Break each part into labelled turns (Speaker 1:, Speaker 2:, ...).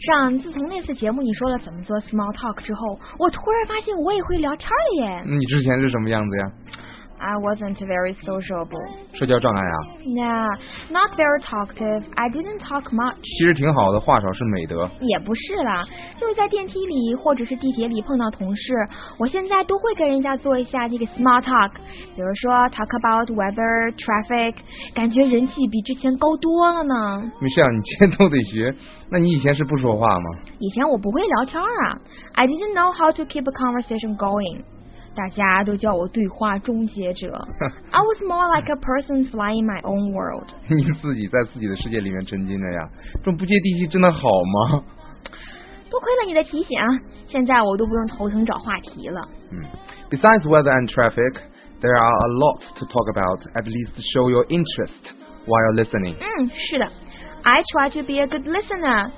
Speaker 1: 上，自从那次节目你说了怎么做 small talk 之后，我突然发现我也会聊天了耶
Speaker 2: 你之前是什么样子呀？
Speaker 1: ！I wasn't very sociable.
Speaker 2: 社交障碍啊，
Speaker 1: Yeah, not very talkative. I didn't talk much.
Speaker 2: 其实挺好的，话少是美德。
Speaker 1: 也不是啦，就是在电梯里或者是地铁里碰到同事，我现在都会跟人家做一下这个 small talk，比如说 talk about weather, traffic，感觉人气比之前高多了呢。
Speaker 2: Michelle，你啊这 都得学。那你以前是不说话吗？
Speaker 1: 以前我不会聊天儿啊，I didn't know how to keep a conversation going。大家都叫我对话终结者，I was more like a person flying my own world。
Speaker 2: 你自己在自己的世界里面沉浸着呀，这种不接地气真的好吗？
Speaker 1: 多亏了你的提醒啊，现在我都不用头疼找话题了。
Speaker 2: 嗯。Besides weather and traffic, there are a lot to talk about. At least show your interest while listening.
Speaker 1: 嗯，是的，I try to be a good listener。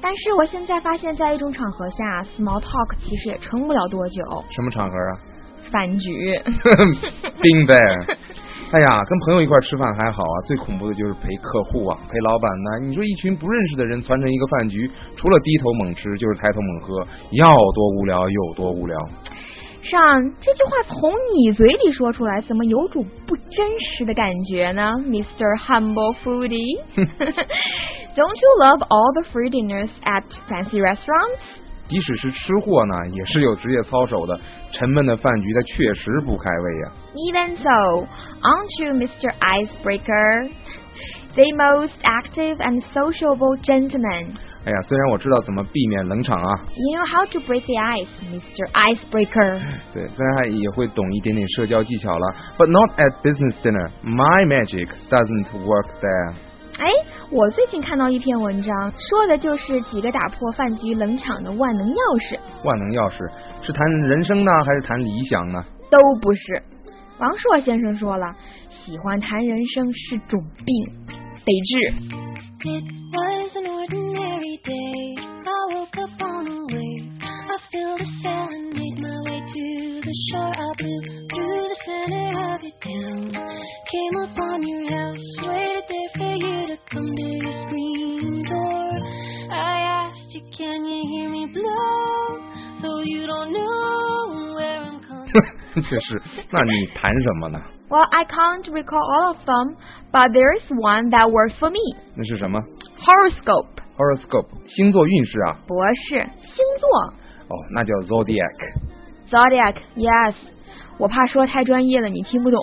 Speaker 1: 但是我现在发现，在一种场合下，small talk 其实也撑不了多久。
Speaker 2: 什么场合啊
Speaker 1: 饭局，
Speaker 2: ？Been there. 哎呀，跟朋友一块儿吃饭还好啊，最恐怖的就是陪客户啊，陪老板呐、你说一群不认识的人攒成一个饭局，除了低头猛吃，就是抬头猛喝，要多无聊有多无聊。
Speaker 1: 上这句话从你嘴里说出来，怎么有种不真实的感觉呢，Mr. Humble Foodie？Don't you love all the free dinners at fancy restaurants？
Speaker 2: 即使是吃货呢，也是有职业操守的。沉闷的饭局，它确实不开胃呀、
Speaker 1: Even so, aren't you Mr. Icebreaker? The most active and sociable gentleman.
Speaker 2: 哎呀，虽然我知道怎么避免冷场啊，
Speaker 1: You know how to break the ice, Mr. Icebreaker.
Speaker 2: 对，虽然还也会懂一点点社交技巧了，but not at business dinner. My magic doesn't work there.
Speaker 1: 哎，我最近看到一篇文章，说的就是几个打破饭局冷场的万能钥匙，
Speaker 2: 万能钥匙是谈人生呢，还是谈理想呢？
Speaker 1: 都不是。王朔先生说了，喜欢谈人生是种病，得治。
Speaker 3: It was an ordinary day. I woke up on a wave. I filled the sail and made my way to the shore. I blew through the center of your town. Came upon your house, waited there for you to come to your screen door. I asked you, can you hear me blow? Though you don't know where I'm coming.
Speaker 2: 确实，那你谈什么呢？
Speaker 1: Well, I can't recall all of them, but there is one that works for me.
Speaker 2: 那是什么
Speaker 1: Horoscope，
Speaker 2: horoscope 星座运势啊？
Speaker 1: 博士，星座。
Speaker 2: 哦，那叫 zodiac。
Speaker 1: Zodiac，yes。我怕说太专业了，你听 不懂。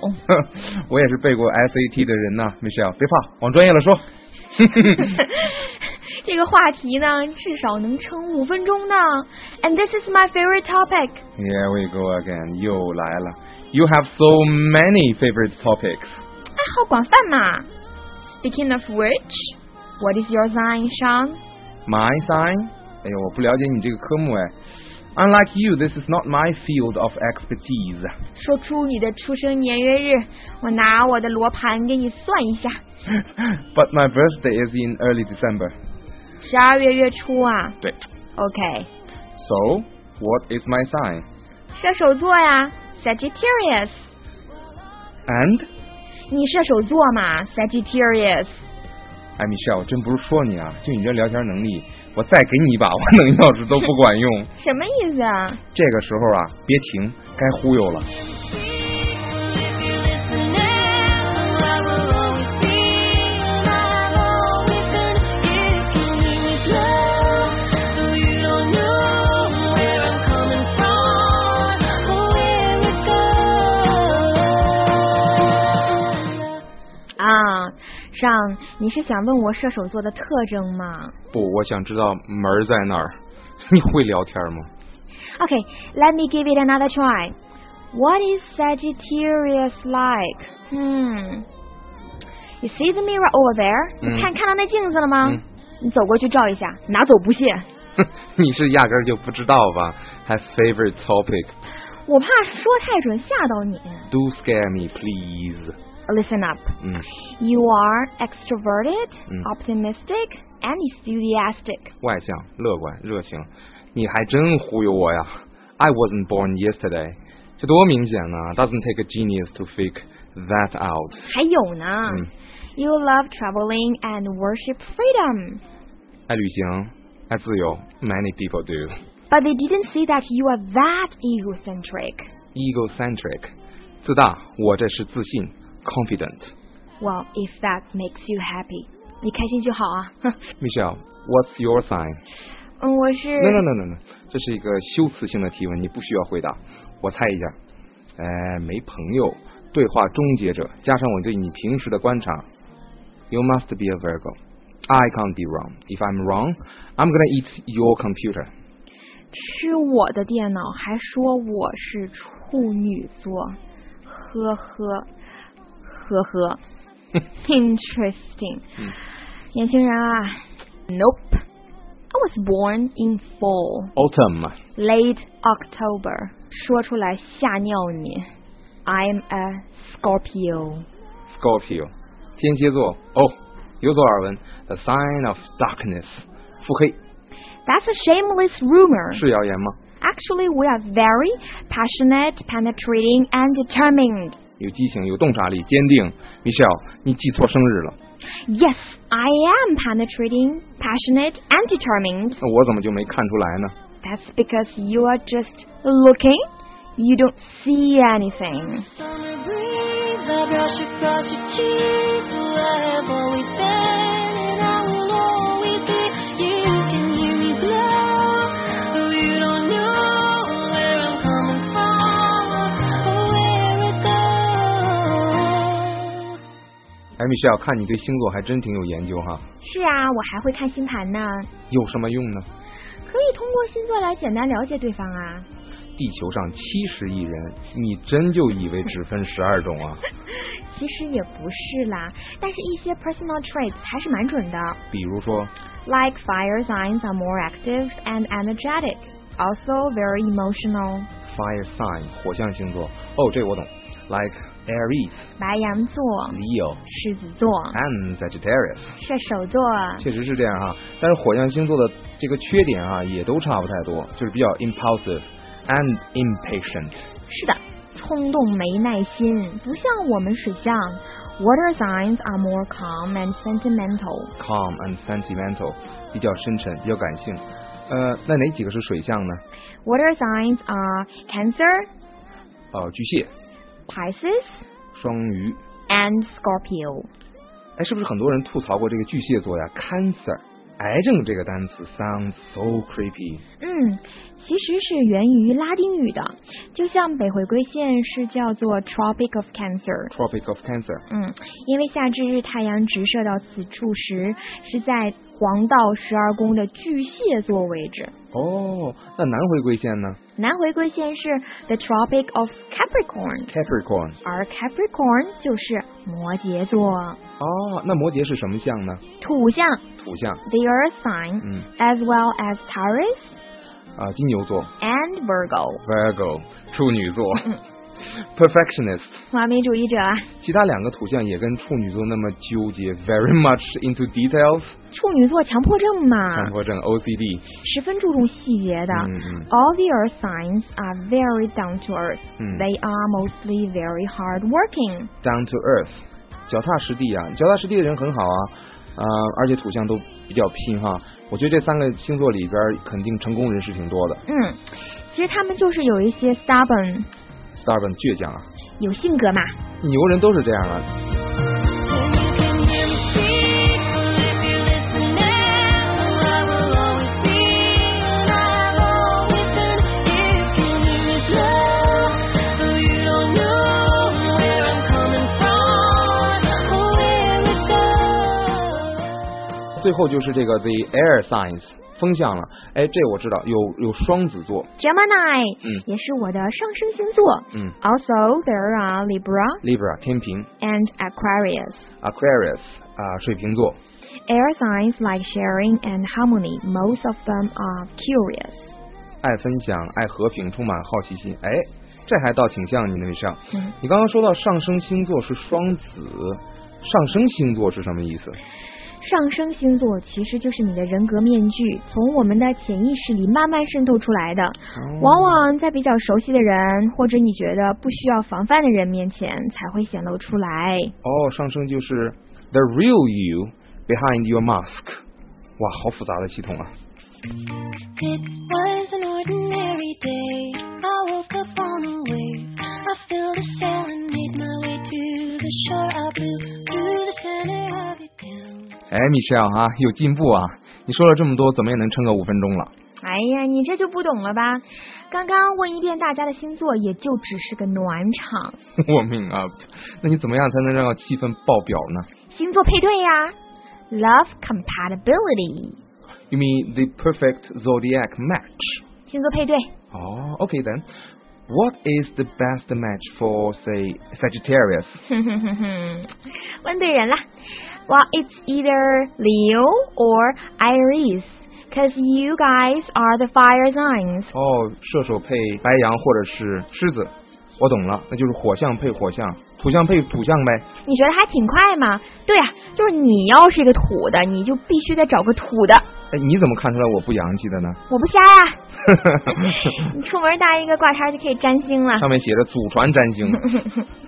Speaker 2: 我也是背过 SAT 的人呐、m i c h e l l e 别怕，往专业了说。
Speaker 1: 这个话题呢，至少能撑五分钟呢。And this is my favorite topic。
Speaker 2: Here we go again，又来了。You have so many favorite topics。
Speaker 1: 爱哎好广泛嘛。Speaking of which，what is your sign, Sean？
Speaker 2: My sign？哎呦，我不了解你这个科目哎。Unlike you, this is not my field of expertise。
Speaker 1: 说出你的出生年月日，我拿我的罗盘给你算一下。
Speaker 2: But my birthday is in early December.
Speaker 1: 十二月月初啊。
Speaker 2: 对。
Speaker 1: OK，
Speaker 2: So, what is my sign?
Speaker 1: 射手座呀，Sagittarius。
Speaker 2: And
Speaker 1: 你射手座嘛，Sagittarius。
Speaker 2: 哎，米夏，我真不是说你啊，就你这聊天能力，我再给你一把万 能钥匙都不管用。
Speaker 1: 什么意思啊？
Speaker 2: 这个时候啊，别停，该忽悠了。
Speaker 3: If you listen now, I will always be my listen. If you hear me blow, though you don't know where I'm coming from or where we go.
Speaker 1: 啊，上，你是想问我射手座的特征吗
Speaker 2: 不，我想知道门儿在哪儿。 你会聊天吗？
Speaker 1: ？OK，let、me give it another try. What is Sagittarius like? 嗯，You see the mirror over there？、
Speaker 2: 嗯
Speaker 1: 你看看到那镜子了吗？
Speaker 2: 嗯
Speaker 1: 你走过去照一下，拿走不谢。
Speaker 2: 你是压根儿就不知道吧？还 favorite topic。
Speaker 1: 我怕说太准吓到你。
Speaker 2: Do scare me, please。
Speaker 1: Listen up.
Speaker 2: 嗯
Speaker 1: You are extroverted,
Speaker 2: 嗯
Speaker 1: optimistic, and enthusiastic.
Speaker 2: 外向、乐观、热情，你还真忽悠我呀！I wasn't born yesterday，这多明显呢！Doesn't take a genius to fake that out。
Speaker 1: 还有呢、
Speaker 2: 嗯
Speaker 1: y o u love traveling and worship freedom.
Speaker 2: 爱旅行， As you, many people do.
Speaker 1: But they didn't see that you are that egocentric.
Speaker 2: Egocentric. 自大，我这是自信，confident.
Speaker 1: Well, if that makes you happy，你开心就好啊。
Speaker 2: Michelle, what's your sign?
Speaker 1: 嗯，我是
Speaker 2: No, no, no, no, no. 这是一个修辞性的提问，你不需要回答。我猜一下，哎，没朋友。对话终结者，加上我对你平时的观察。You must be a Virgo. I can't be wrong. If I'm wrong, I'm gonna eat your computer.
Speaker 1: 吃我的电脑，还说我是处女座，呵呵，呵呵，interesting。年轻人啊，Nope。I was born in fall,
Speaker 2: Autumn.
Speaker 1: late October。说出来吓尿你。I'm a Scorpio。
Speaker 2: Scorpio，天蝎座。哦，有所耳闻，the sign of darkness，腹黑
Speaker 1: That's a shameless rumor.
Speaker 2: 是谣言吗
Speaker 1: Actually, we are very passionate, penetrating, and determined.
Speaker 2: 有激情，有洞察力，坚定。Michelle，你记错生日了，
Speaker 1: Yes, I am penetrating, passionate, and determined.
Speaker 2: 那我怎么就没看出来呢？
Speaker 1: That's because you are just looking. You don't see anything.
Speaker 3: Summer breeze, I brush across your cheek. I have always been, and I will always be. You can hear me blow. Oh, you don't know where I'm coming from or where it goes.
Speaker 2: 哎，Michelle，看你对星座还真挺有研究哈，
Speaker 1: 是啊，我还会看星盘呢，
Speaker 2: 有什么用呢？
Speaker 1: 可以通过星座来简单了解对方啊。
Speaker 2: 地球上七十亿人，你真就以为只分十二种啊？
Speaker 1: 其实也不是啦，但是一些 personal traits 还是蛮准的。
Speaker 2: 比如说，
Speaker 1: Like fire signs are more active and energetic, also very emotional.
Speaker 2: fire sign 火象星座，哦，这我懂，like Aries、
Speaker 1: 白羊座、
Speaker 2: Leo
Speaker 1: 狮子座、
Speaker 2: and Sagittarius。
Speaker 1: 射手座。
Speaker 2: 确实哎是这样哈、但是火象星座的这个缺点啊，也都差不太多，就是比较 impulsive and impatient。
Speaker 1: 是的，冲动没耐心，不像我们水象。Water signs are more calm and sentimental.
Speaker 2: calm and sentimental，比较深沉，比较感性。呃，那哪几个是水象呢？
Speaker 1: Water signs are Cancer,
Speaker 2: 呃，巨蟹、
Speaker 1: Pisces,
Speaker 2: 双鱼。
Speaker 1: and Scorpio.
Speaker 2: 哎，是不是很多人吐槽过这个巨蟹座呀？Cancer，癌症这个单词 sounds so creepy。
Speaker 1: 嗯，其实是源于拉丁语的，就像北回归线是叫做 Tropic of Cancer。
Speaker 2: Tropic of Cancer，
Speaker 1: 嗯，因为夏至日太阳直射到此处时，是在黄道十二宫的巨蟹座位置。
Speaker 2: 哦，那南回归线呢
Speaker 1: 南回归线是 The Tropic of Capricorn，
Speaker 2: ？Capricorn，
Speaker 1: 而 Capricorn 就是摩羯座，
Speaker 2: 哦，那摩羯是什么象呢？
Speaker 1: 土象
Speaker 2: 土象，
Speaker 1: The Earth sign，、
Speaker 2: 嗯，
Speaker 1: as well as Taurus
Speaker 2: 啊、金牛座
Speaker 1: and Virgo，
Speaker 2: Virgo，处女座，perfectionist。
Speaker 1: 完美主义者啊，
Speaker 2: 其他两个土象也跟处女座那么纠结，very much into details，
Speaker 1: 处女座强迫症嘛，
Speaker 2: 强迫症 OCD。
Speaker 1: 十分注重细节的。
Speaker 2: 嗯嗯
Speaker 1: All the earth signs are very down to earth.
Speaker 2: 嗯
Speaker 1: They are mostly very hard working.
Speaker 2: ，down to earth，脚踏实地啊，脚踏实地的人很好啊，啊、而且土象都比较拼哈。我觉得这三个星座里边儿，肯定成功人士挺多的
Speaker 1: 嗯，其实他们就是有一些 stubborn，
Speaker 2: ，stubborn 倔强啊，
Speaker 1: 有性格嘛。
Speaker 2: 牛人都是这样啊。
Speaker 3: When you can hear me speak, if you listen now, I will always be, and I've always been. You can hear me blow, you don't know where I'm coming from or where it goes.
Speaker 2: 最后就是这个 the air signs 风象了，哎，这我知道，有有双子座，
Speaker 1: Gemini，
Speaker 2: 嗯
Speaker 1: 也是我的上升星座。
Speaker 2: 嗯
Speaker 1: Also, there are Libra
Speaker 2: ，Libra 天平
Speaker 1: and Aquarius.
Speaker 2: ，Aquarius 啊、水瓶座
Speaker 1: Air signs like sharing and harmony. Most of them are curious.
Speaker 2: 爱分享，爱和平，充满好奇心。哎，这还倒挺像你那上。
Speaker 1: 嗯
Speaker 2: 你刚刚说到上升星座是双子，上升星座是什么意思？
Speaker 1: 上升星座其实就是你的人格面具，从我们的潜意识里慢慢渗透出来的。
Speaker 2: 嗯
Speaker 1: 往往在比较熟悉的人或者你觉得不需要防范的人面前才会显露出来。
Speaker 2: 哦，上升就是 the real you behind your mask。哇，好复杂的系统啊！
Speaker 3: It was an ordinary day. I woke up on a wave. I filled a sail and made my way to the shore. I blew through the center of your town.
Speaker 2: 哎，米歇尔哈，有进步啊！你说了这么多，怎么也能撑个五分钟了。
Speaker 1: 哎呀，你这就不懂了吧？刚刚问一遍大家的星座，也就只是个暖场。
Speaker 2: 我命啊！那你怎么样才能让气氛爆表呢
Speaker 1: 星座配对呀，love compatibility，
Speaker 2: ？You mean the perfect zodiac match?
Speaker 1: 星座 配对。
Speaker 2: 哦、o k then. What is the best match for, say, Sagittarius?
Speaker 1: 哼哼哼哼，问对人了。Well, it's either Leo or Aries, cause you guys are the fire signs.
Speaker 2: 哦、射手配白羊或者是狮子。我懂了，那就是火象配火象，土象配土象呗。
Speaker 1: 你觉得还挺快吗？对呀、就是你要是一个土的，你就必须得找个土的。
Speaker 2: 哎，你怎么看出来我不洋气的呢？
Speaker 1: 我不瞎呀、你出门搭一个挂叉就可以占星了。
Speaker 2: 上面写着祖传占星，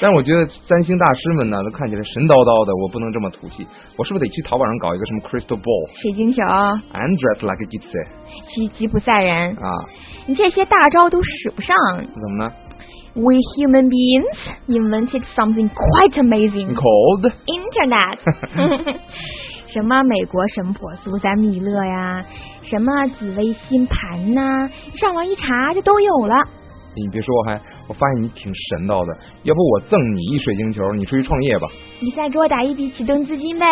Speaker 2: 但是我觉得占星大师们呢，都看起来神叨叨的，我不能这么土气。我是不是得去淘宝上搞一个什么 crystal ball
Speaker 1: 水晶球，
Speaker 2: and dress like a gypsy
Speaker 1: 吉吉普赛人，
Speaker 2: 啊？
Speaker 1: 你这些大招都使不上。
Speaker 2: 怎么呢
Speaker 1: We human beings invented something quite amazing.
Speaker 2: ？Cold？
Speaker 1: Internet，什么美国神婆苏珊米勒呀，什么紫薇星盘呐、上网一查就都有了。
Speaker 2: 你别说，我还我发现你挺神叨的，要不我赠你一水晶球，你出去创业吧？
Speaker 1: 你再给我打一笔启动资金呗，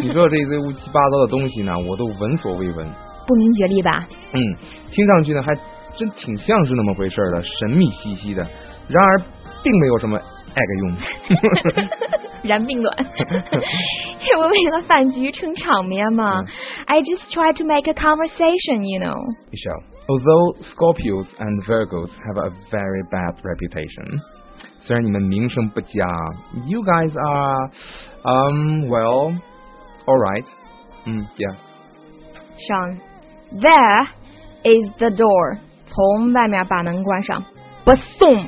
Speaker 2: 你说这一堆乌七八糟的东西呢，我都闻所未闻。
Speaker 1: 不明觉厉吧？
Speaker 2: 嗯，听上去呢，还真挺像是那么回事儿的，神秘兮兮的。然而，并没有什么爱个用。
Speaker 1: 然并卵，这不为了饭局撑场面吗、
Speaker 2: 嗯
Speaker 1: i just try to make a conversation, you know.
Speaker 2: Michelle. Although Scorpios and Virgos have a very bad reputation. 虽然你们名声不佳，You guys are, um, well, all right. 嗯，Yeah.
Speaker 1: Sean, there is the door. 从外面把门关上。不送。